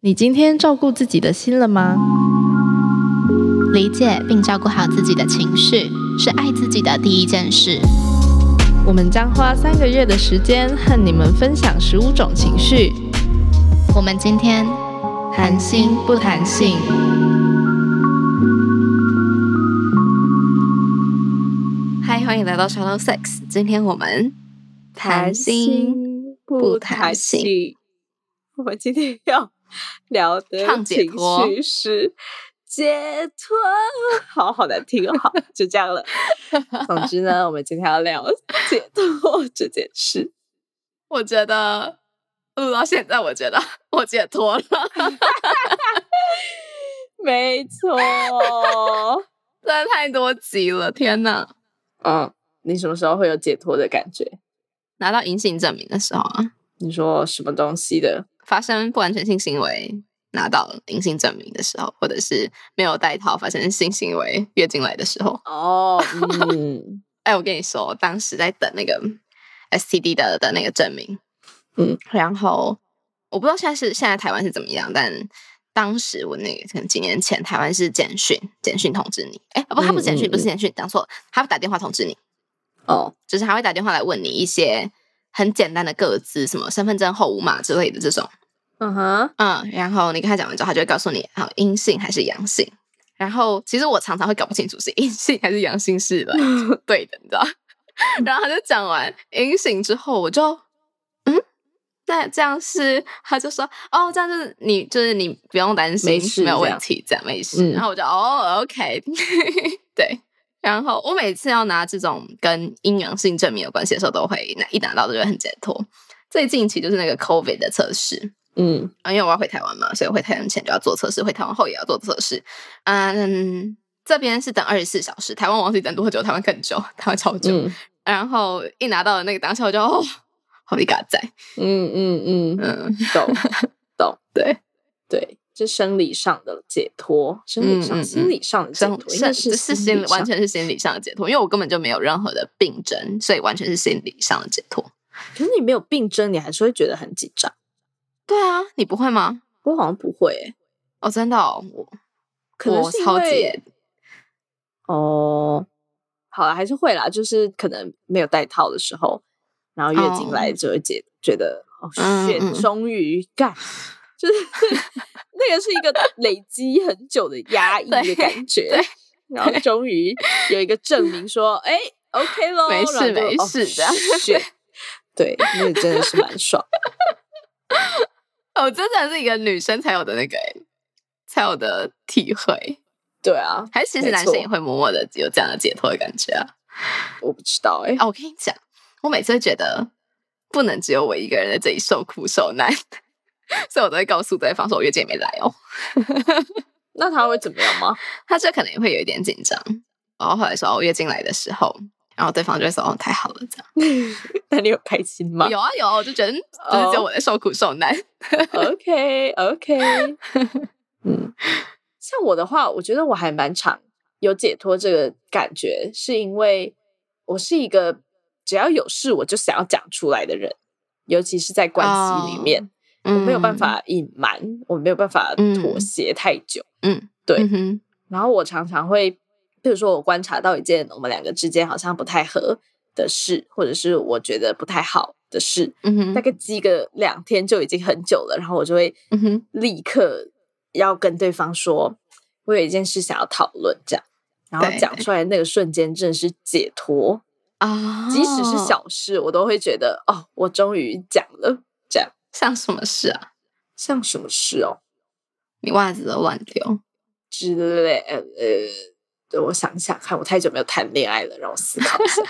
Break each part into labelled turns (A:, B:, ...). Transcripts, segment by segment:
A: 你今天照顾自己的心了吗？
B: 理解并照顾好自己的情绪，是爱自己的第一件事。
A: 我们将花三个月的时间和你们分享十五种情绪，
B: 我们今天
A: 谈心不谈性。
B: 嗨，欢迎来到 Shallow Sex。今天我们谈心不弹性。
C: 我们今天要 聊的
B: 唱解
C: 情
B: 脱
C: 绪是解脱，好好难听哦，好，就这样了。总之呢，我们今天要聊解脱这件事。
D: 我觉得录到现在，我觉得我解脱了。
C: 没错，
D: 真的太多集了，天哪！
C: 嗯，你什么时候会有解脱的感觉？
D: 拿到阴性证明的时候啊，
C: 你说什么东西的？
D: 发生不完全性行为拿到阴性证明的时候，或者是没有戴套发生性行为月经来的时候，
C: 哦，嗯
D: 哎，我跟你说，我当时在等那个 STD 的的那个证明，
C: 嗯，
D: 然后我不知道现在是现在台湾是怎么样，但当时我那个可能几年前台湾是简讯，简讯通知你，哎，不，他不是简
C: 嗯
D: 讯，
C: 嗯
D: 不是简讯，讲错了，他会打电话通知你，
C: 哦，
D: 就是他会打电话来问你一些很简单的个资，什么身份证后五码之类的这种，
C: 嗯哼，
D: 嗯，然后你跟他讲完之后，他就会告诉你，好，阴性还是阳性。然后其实我常常会搞不清楚是阴性还是阳性是 来对的，你知道？ 然后他就讲完阴性之后，我就嗯，那这样是他就说哦，这样就是你就是你不用担心，
C: 没事
D: 有
C: 这
D: 问
C: 样
D: 题，这样没事。
C: 嗯
D: 然后我就哦，OK，对。然后我每次要拿这种跟阴阳性证明有关系的时候，都会拿一拿到就会很解脱。最近期就是那个 COVID 的测试，
C: 嗯
D: 啊，因为我要回台湾嘛，所以我回台湾前就要做测试，回台湾后也要做测试。嗯，这边是等二十四小时，台湾我忘记等多久，台湾更久，台湾超久。
C: 嗯
D: 然后一拿到的那个当下，我就哦，好你嘎仔，
C: 嗯嗯嗯，
D: 嗯，
C: 懂懂，
D: 对
C: 对，这生理上的解脱，生理上、
D: 嗯嗯
C: 心理上的解
D: 生
C: 脱，应该
D: 生
C: 是
D: 是
C: 心
D: 心
C: 理
D: 理完
C: 上
D: 全是心理上的解脱，因为我根本就没有任何的病症，所以完全是心理上的解脱。
C: 可是你没有病症，你还是会觉得很紧张。
D: 对啊，你不会吗？
C: 我好像不会、欸，
D: 哦，真的、哦，我
C: 可能
D: 我
C: 是因
D: 超级
C: 为哦，好了，还是会啦，就是可能没有戴套的时候，然后月经
D: 哦
C: 来就会觉觉得哦，
D: 嗯
C: 血
D: 嗯
C: 终于干，就是 那个是一个累积很久的压抑的
D: 对
C: 感觉
D: 对，
C: 然后终于有一个证明说，哎，OK 咯，
D: 没
C: 然后
D: 事
C: 就
D: 没
C: 哦
D: 事这样
C: shit 对，那个真的是蛮爽。
D: 哦，这真的是一个女生才有的那个欸，才有的体会。
C: 对啊，
D: 还是其
C: 没
D: 实男生
C: 错
D: 也会默默的有这样的解脱的感觉啊。
C: 我不知道哎、
D: 哦，我跟你讲，我每次会觉得不能只有我一个人在这里受苦受难， 所以我都会告诉对方说我月经也没来哦。
C: 那他会怎么样吗？
D: 他这可能也会有一点紧张，然后后来说哦我月经来的时候，然后对方就会说哦太好了这样。
C: 那你有开心吗？
D: 有啊有啊，我就觉得嗯不是只有
C: 哦
D: 我在受苦受难。
C: OK OK，嗯，像我的话，我觉得我还蛮常有解脱这个感觉，是因为我是一个只要有事我就想要讲出来的人，尤其是在关系里面，
D: 嗯
C: 我没有办，法隐瞒，我没有办法妥
D: 嗯
C: 协太久。
D: 嗯，
C: 对
D: 嗯哼，
C: 然后我常常会，比如说我观察到一件我们两个之间好像不太合的事，或者是我觉得不太好的事，
D: 嗯哼，
C: 大概积个两天就已经很久了，然后我就会
D: 嗯哼
C: 立刻要跟对方说，我有一件事想要讨论，这样，然后
D: 对
C: 讲出来那个瞬间真的是解脱，
D: 啊，
C: 即使是小事，我都会觉得哦，我终于讲了，这样，
D: 像什么事啊，
C: 像什么事哦
D: 你袜子都乱丢，
C: 之类，呃呃。对我想想看，我太久没有谈恋爱了，让我思考一下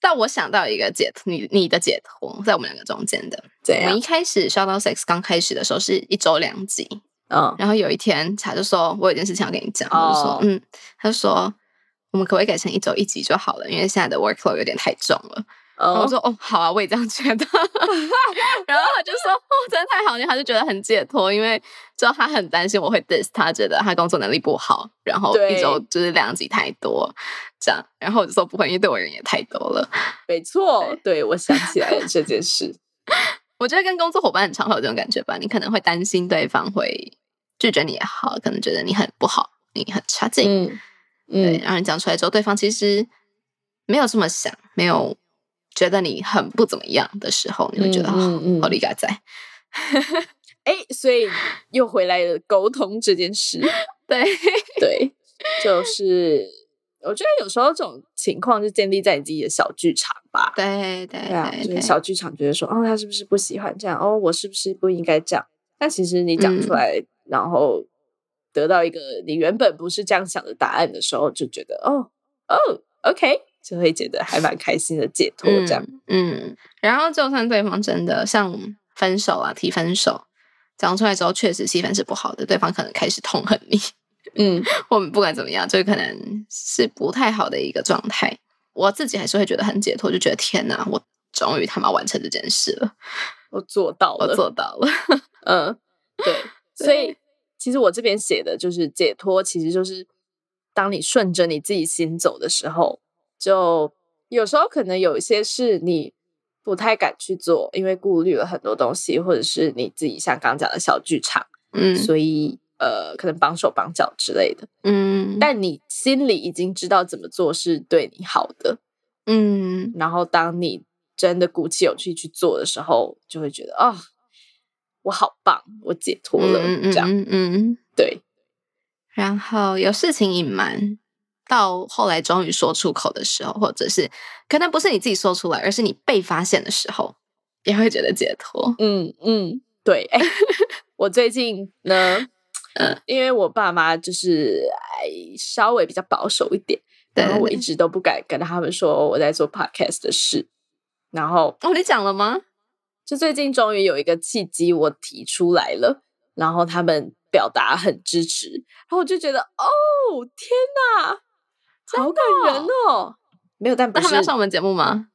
D: 但我想到一个解脱，你你的解脱在我们两个中间的。
C: 怎
D: 我们
C: 样
D: 一。开始《s h o u t o Sex》刚开始的时候是一周两集，
C: 嗯，
D: 然后有一天茶就说：“我有件事情要跟你讲。
C: 哦
D: 我就说：“嗯。”他就说：“我们可不可以改成一周一集就好了？因为现在的 workload 有点太重了。然后我
C: 哦，
D: 说：“哦，好啊，我也这样觉 得。”然后他就说：“哦，真的太好了。”因为他就觉得很解脱，因为知道他很担心我会 diss 他，觉得他工作能力不好，然后
C: 对
D: 一周就是两集太多这样。然后我就说：“不会，因为对我人也太多了。”
C: 没错，对我想起来了这件事。
D: 我觉得跟工作伙伴很常会有这种感觉吧，你可能会担心对方会拒绝你也好，可能觉得你很不好，你很差劲，
C: 嗯
D: 对，
C: 嗯
D: 然后你讲出来之后，对方其实没有这么想，没有觉得你很不怎么样的时候，你会觉得哦
C: 嗯嗯嗯
D: 好理解在。
C: 哎、所以又回来了沟通这件事，
D: 对，
C: 对，就是我觉得有时候这种情况就建立在你自己的小剧场吧。
D: 对对
C: 对啊，
D: 对
C: 就是
D: 对，
C: 小剧场觉得说，哦，他是不是不喜欢这样？哦，我是不是不应该这样？但其实你讲出
D: 嗯
C: 来，然后得到一个你原本不是这样想的答案的时候，就觉得哦哦，OK，就会觉得还蛮开心的解脱这样。
D: 嗯。嗯，然后就算对方真的像分手啊，提分手，讲出来之后确实气氛是不好的，对方可能开始痛恨你。
C: 嗯
D: 我们不管怎么样，就是可能是不太好的一个状态。我自己还是会觉得很解脱，就觉得天哪，我终于他妈完成这件事了，
C: 我做到了，
D: 我做到了。
C: 嗯， 对，所以其实我这边写的就是解脱，其实就是当你顺着你自己心走的时候，就有时候可能有一些事你不太敢去做，因为顾虑了很多东西，或者是你自己像刚刚讲的小剧场，
D: 嗯
C: 所以呃，可能绑手绑脚之类的。
D: 嗯，
C: 但你心里已经知道怎么做是对你好的，
D: 嗯
C: 然后当你真的鼓起勇气去做的时候，就会觉得啊、我好棒，我解脱了，
D: 嗯
C: 这样
D: 嗯嗯嗯，
C: 对。
D: 然后有事情隐瞒，到后来终于说出口的时候，或者是可能不是你自己说出来，而是你被发现的时候，也会觉得解脱。
C: 嗯嗯，对。哎我最近呢，
D: 嗯
C: 因为我爸妈就是哎稍微比较保守一点，
D: 对
C: 然后我
D: 对
C: 一直都不敢跟他们说我在做 podcast 的事。然后
D: 哦，你讲了吗？
C: 就最近终于有一个契机，我提出来了，然后他们表达很支持，然后我就觉得哦天哪，好感人哦！没有，但不
D: 那他
C: 是
D: 们要上我们节目吗？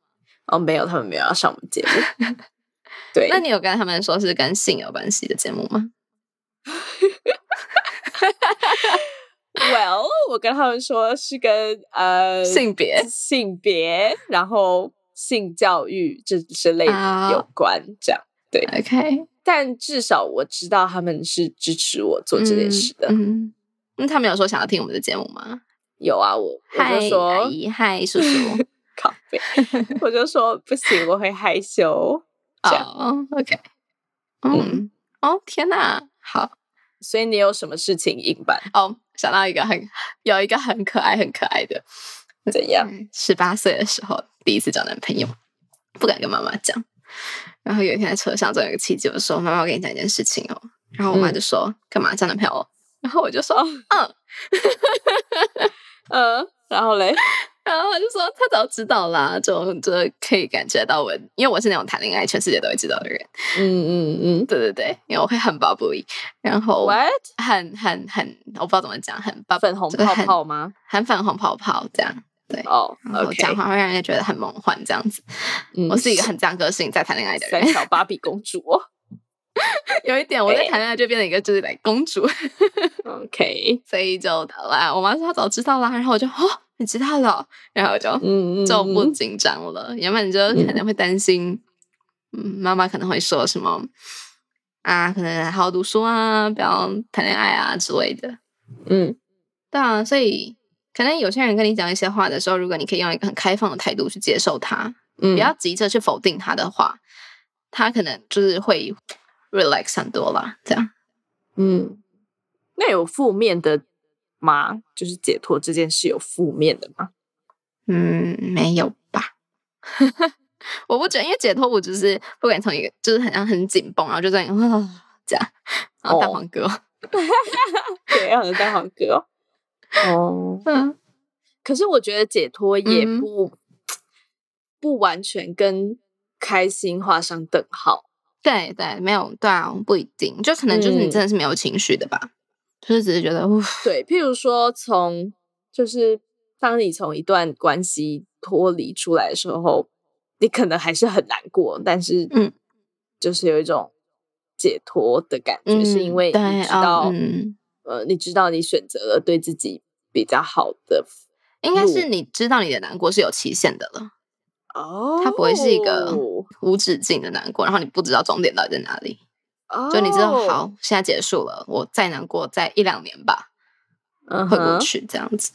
C: 哦，没有，他们没有要上我们节目。 对，
D: 那你有跟他们说是跟性有关系的节目吗？
C: Well，我跟他们说是跟呃
D: 性别
C: 性别，然后性教育这之类的
D: 啊
C: 有关，这样。
D: ？OK，
C: 但至少我知道他们是支持我做这件事的。
D: 嗯，嗯那他们有说想要听我们的节目吗？
C: 有啊，我我
D: 嗨，
C: 就
D: 阿
C: 说
D: 姨，嗨，叔叔。
C: 咖啡，我就说不行，我会害羞。 这样
D: 哦，OK，嗯，哦，天哪，好。
C: 所以你有什么事情隐瞒？
D: 哦，想到一个很有一个很可爱很可爱的，
C: 怎样？
D: 十八岁的时候第一次找男朋友，不敢跟妈妈讲。然后有一天在车上，总有一个契机，我就说：“妈妈，我跟你讲一件事情哦。”然后我妈
C: 嗯
D: 就说：“干嘛交男朋友哦？”然后我就说：“ 嗯。
C: 呃，然后嘞，”
D: 然后我就说：“他早知道啦，就就可以感觉到我，因为我是那种谈恋爱全世界都会知道的人。
C: 嗯嗯嗯
D: 对对对，因为我会很 b u b b y 然后
C: ，what
D: 很很很，我不知道怎么讲，很 b u b
C: 粉红泡泡吗？
D: 很粉红泡泡这样。对，
C: 哦
D: 然后
C: ，OK，
D: 讲话会让人家觉得很梦幻这样子。
C: 嗯
D: 我是一个很这样个性在谈恋爱的
C: 三
D: 人，
C: 小芭比公主哦。
D: 有一点我在谈恋爱就变成一个就是来公主，
C: OK，
D: 所以就啦，我妈说她早知道啦，然后我就哦，你知道了，然后我就
C: 嗯
D: 就不紧张了。原本就可能会担心，嗯，妈妈可能会说什么啊，可能好好读书啊，不要谈恋爱啊之类的。
C: 嗯
D: 对啊，所以可能有些人跟你讲一些话的时候，如果你可以用一个很开放的态度去接受它，
C: 嗯，
D: 不要急着去否定他的话，他可能就是会 relax 很多啦。这样，
C: 嗯，那有负面的吗？就是解脱这件事有负面的 吗？
D: 嗯，没有吧？ 我不觉得，因为解脱我就是不管从一个就是很像很紧绷，然后就在啊 这样，然后大
C: 哦
D: 黄哥，
C: 对，好像蛋黄哥哦。哦，
D: 嗯
C: 可是我觉得解脱也
D: 嗯
C: 不、不完全跟开心画上等号。
D: 对对，没有对啊，不一定，就可能就是你
C: 嗯
D: 真的是没有情绪的吧，就是只是觉得，哦呜
C: 对，譬如说从就是当你从一段关系脱离出来的时候，你可能还是很难过，但是
D: 嗯，
C: 就是有一种解脱的感觉，是因
D: 嗯
C: 为你
D: 对
C: 知
D: 哦
C: 道、
D: 嗯
C: 呃，你知道你选择了对自己比较好的
D: 应该
C: 路
D: 是你知道你的难过是有期限的了，
C: 哦，
D: 它不会是一个无止境的难过，然后你不知道终点到底在哪里。就你知道，
C: 哦，
D: 好，现在结束了，我再难过再一两年吧，
C: 嗯
D: 会过
C: 哼，
D: 去这样子。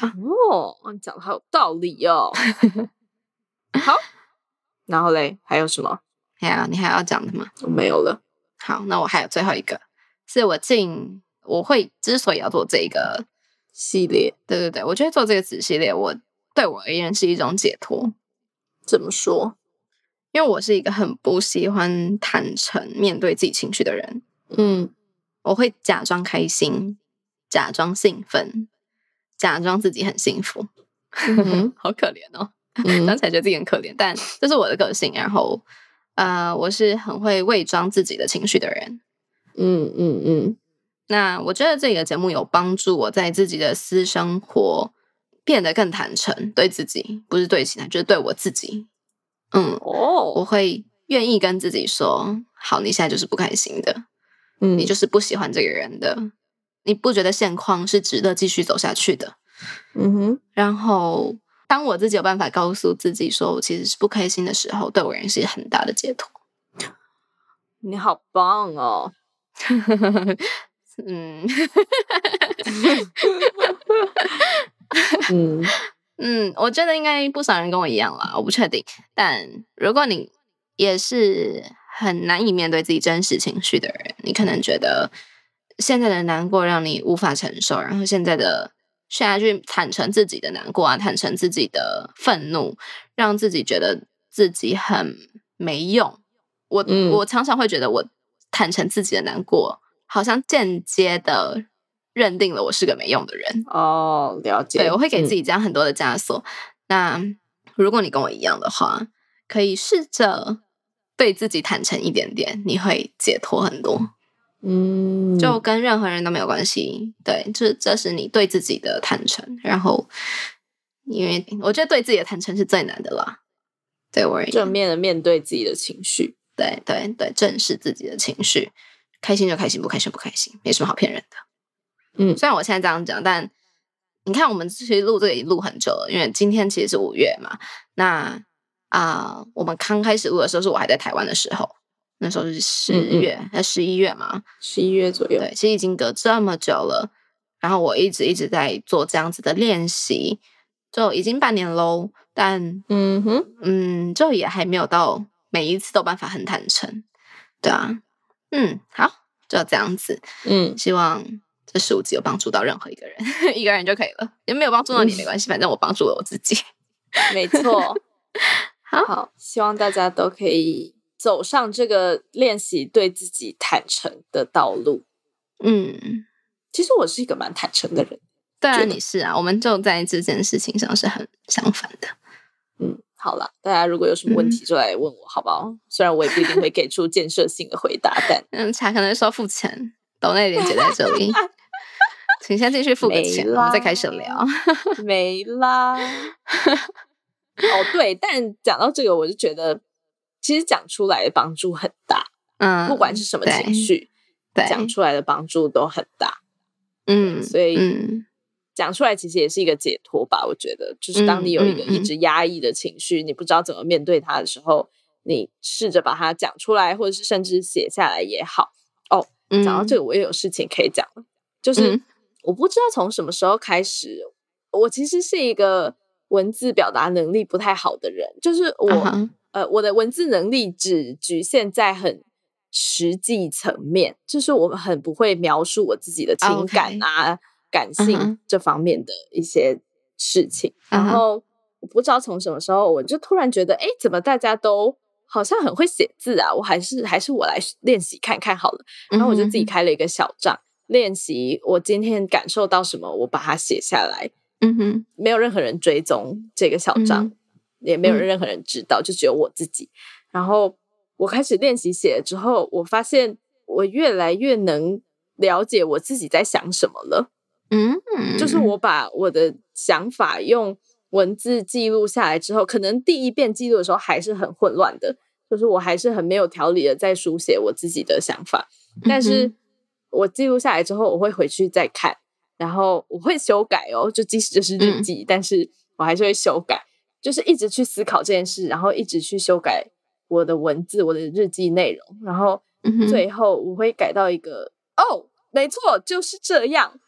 C: 哦，你讲的好有道 理哦。好，然后嘞，还有什么？
D: 哎呀，你还要讲的吗？
C: 我没有了。
D: 好，那我还有最后一个，是我进我会之所以要做这个，
C: 系列
D: 对对对，我觉得做这个子系列，我对我而言是一种解脱，
C: 怎么说？
D: 因为我是一个很不喜欢坦诚面对自己情绪的人，
C: 嗯，
D: 我会假装开心，假装兴奋，假装自己很幸福，
C: 嗯
D: 好可怜哦。
C: 嗯
D: 想起来觉得自己很可怜，但这是我的个性。然后，呃，我是很会伪装自己的情绪的人。
C: 嗯嗯嗯，
D: 那我觉得这个节目有帮助我在自己的私生活变得更坦诚，对自己不是对其他，就是对我自己。嗯，我
C: 哦，
D: 会愿意跟自己说：好，你现在就是不开心的，
C: 嗯
D: 你就是不喜欢这个人的，你不觉得现况是值得继续走下去的。
C: 嗯哼，
D: 然后，当我自己有办法告诉自己说我其实是不开心的时候，对我而言是很大的解脱。
C: 你好棒哦。
D: 嗯
C: 嗯
D: 嗯，我觉得应该不少人跟我一样啦，我不确定。但如果你也是很难以面对自己真实情绪的人，你可能觉得现在的难过让你无法承受，然后现在的现在去坦诚自己的难过啊，坦诚自己的愤怒，让自己觉得自己很没用。我、
C: 嗯
D: 我常常会觉得我坦诚自己的难过，好像间接的认定了我是个没用的人。
C: 哦，了解。
D: 对，我会给自
C: 己
D: 己这样很多的枷锁。那如果你跟我一样的话，可以试着对自己坦诚一点点，你会解脱很多，
C: 嗯，
D: 就跟任何人都没有关系。对，这这是你对自己的坦诚。然后，因为我觉得对自己的坦诚是最难的啦。对我而言，
C: 正面的面对自己的情绪。
D: 对对对，正视自己的情绪，开心就开心，不开心就不开心，没什么好骗人的。
C: 嗯
D: 虽然我现在这样讲，但你看，我们其实录这个已经录很久了，因为今天其实是五月嘛。那啊、我们刚开始录的时候是我还在台湾的时候，那时候是十
C: 嗯嗯
D: 月，呃、十一月嘛。
C: 十一月左右，
D: 对，其实已经隔这么久了，然后我一直一直在做这样子的练习，就已经半年喽。但
C: 嗯哼，
D: 嗯，就也还没有到每一次都办法很坦诚，对啊，嗯，好，就这样子，
C: 嗯，
D: 希望这十五集有帮助到任何一个人， 一个人就可以了，也没有帮助到
C: 嗯
D: 你没关系，反正我帮助了我自 己。
C: 没错。
D: 好
C: 希望大家都可以走上这个练习对自己坦诚的道路。
D: 嗯，
C: 其实我是一个蛮坦诚的人。
D: 对啊，
C: 觉得
D: 你是啊，我们就在这件事情上是很相反的。
C: 嗯，好了，大家如果有什么
D: 嗯
C: 问题就来问我，好不好？虽然我也不一定会给出建设性的回答，但
D: 嗯，茶可能说付钱，抖内链接在这 里，请先继续付个
C: 没
D: 钱，我们再
C: 啦
D: 开始聊。
C: 没啦。哦，对，但讲到这个，我就觉得其实讲出来的帮助很大，
D: 嗯，
C: 不管是什么
D: 对
C: 情绪，
D: 对，
C: 讲出来的帮助都很大。
D: 嗯，
C: 所以
D: 嗯
C: 讲出来其实也是一个解脱吧，我觉得，就是当你有一个
D: 嗯嗯嗯
C: 一直压抑的情绪，你不知道怎么面对它的时候，你试着把它讲出来，或者是甚至写下来也好。
D: 嗯，
C: 讲到这个，我也有事情可以讲了，就是
D: 嗯
C: 我不知道从什么时候开始，我其实是一个文字表达能力不太好的人，就是我、
D: 啊哈
C: 呃，我的文字能力只局限在很实际层面，就是我很不会描述我自己的情
D: OK
C: 感啊、感
D: 嗯哼
C: 性这方面的一些事情。
D: 嗯
C: 然
D: 哼
C: 后我不知道从什么时候，我就突然觉得，哎，怎么大家都好像很会写字啊？我还是还是我来练习看看好了。
D: 嗯
C: 然后我就自己开了一个小账，练习我今天感受到什么，我把它写下来。
D: 嗯哼，
C: 没有任何人追踪这个小账，
D: 嗯
C: 也没有
D: 嗯
C: 任何人知道，就只有我自己。然后我开始练习写了之后，我发现我越来越能了解我自己在想什么了。
D: 嗯，
C: 就是我把我的想法用文字记录下来之后，可能第一遍记录的时候还是很混乱的，就是我还是很没有条理的在书写我自己的想法。但
D: 嗯
C: 是我记录下来之后，我会回去再看，然后我会修改哦，就即使这是日
D: 嗯
C: 记，但是我还是会修改。就是一直去思考这件事，然后一直去修改我的文字、我的日记内容，然后
D: 嗯哼
C: 最后我会改到一个、哦，没错，就是这样，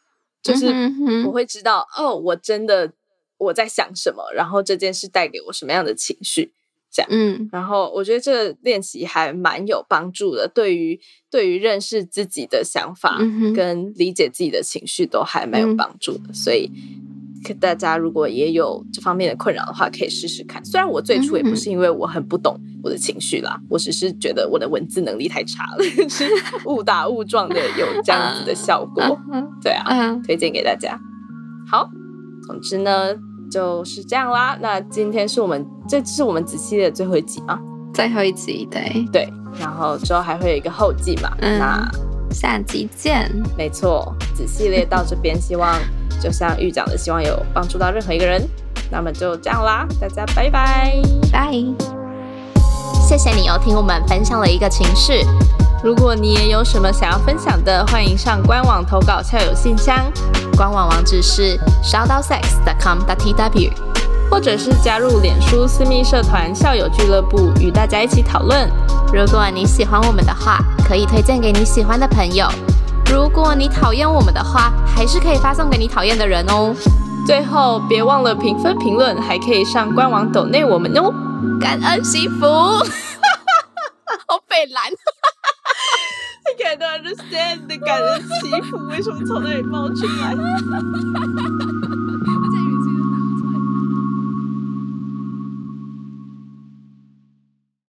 C: 就是
D: 嗯哼
C: 我会知道哦，我真的我在想什么，然后这件事带给我什么样的情绪。
D: 嗯
C: 然后我觉得这个练习还蛮有帮助的，对于对于认识自己的想法、
D: 嗯哼
C: 跟理解自己的情绪都还蛮有
D: 嗯
C: 帮助的，所以。可大家如果也有这方面的困扰的话，可以试试看。虽然我最初也
D: 嗯
C: 不是因为我很不懂我的情绪啦，我只是觉得我的文字能力太差了， 是误打误撞的有这样子的效果。
D: 嗯
C: 对啊，
D: 嗯，
C: 推荐给大家。好，总之呢就是这样啦。那今天是我们这是我们子期的最后一集嘛，
D: 最后一集对，
C: 对，然后之后还会有一个后记嘛。
D: 嗯
C: 那
D: 下集见，
C: 没错，子系列到这边，希望就像玉讲的，希望有帮助到任何一个人。那么就这样啦，大家拜拜。
D: 拜。
B: 谢谢你又听我们分享了一个情绪，
A: 如果你也有什么想要分享的，欢迎上官网投稿校友信箱，
B: 官网网址是 shoutdownsex.com.tw。
A: 或者是加入脸书私密社团校友俱乐部，与大家一起讨论。
B: 如果你喜欢我们的话，可以推荐给你喜欢的朋友；如果你讨厌我们的话，还是可以发送给你讨厌的人哦。
A: 最后别忘了评分评论，还可以上官网抖内我们哦。
B: 感恩惜福， 好北蓝。
C: I don't understand 的感人祈福为什么从那里冒出来？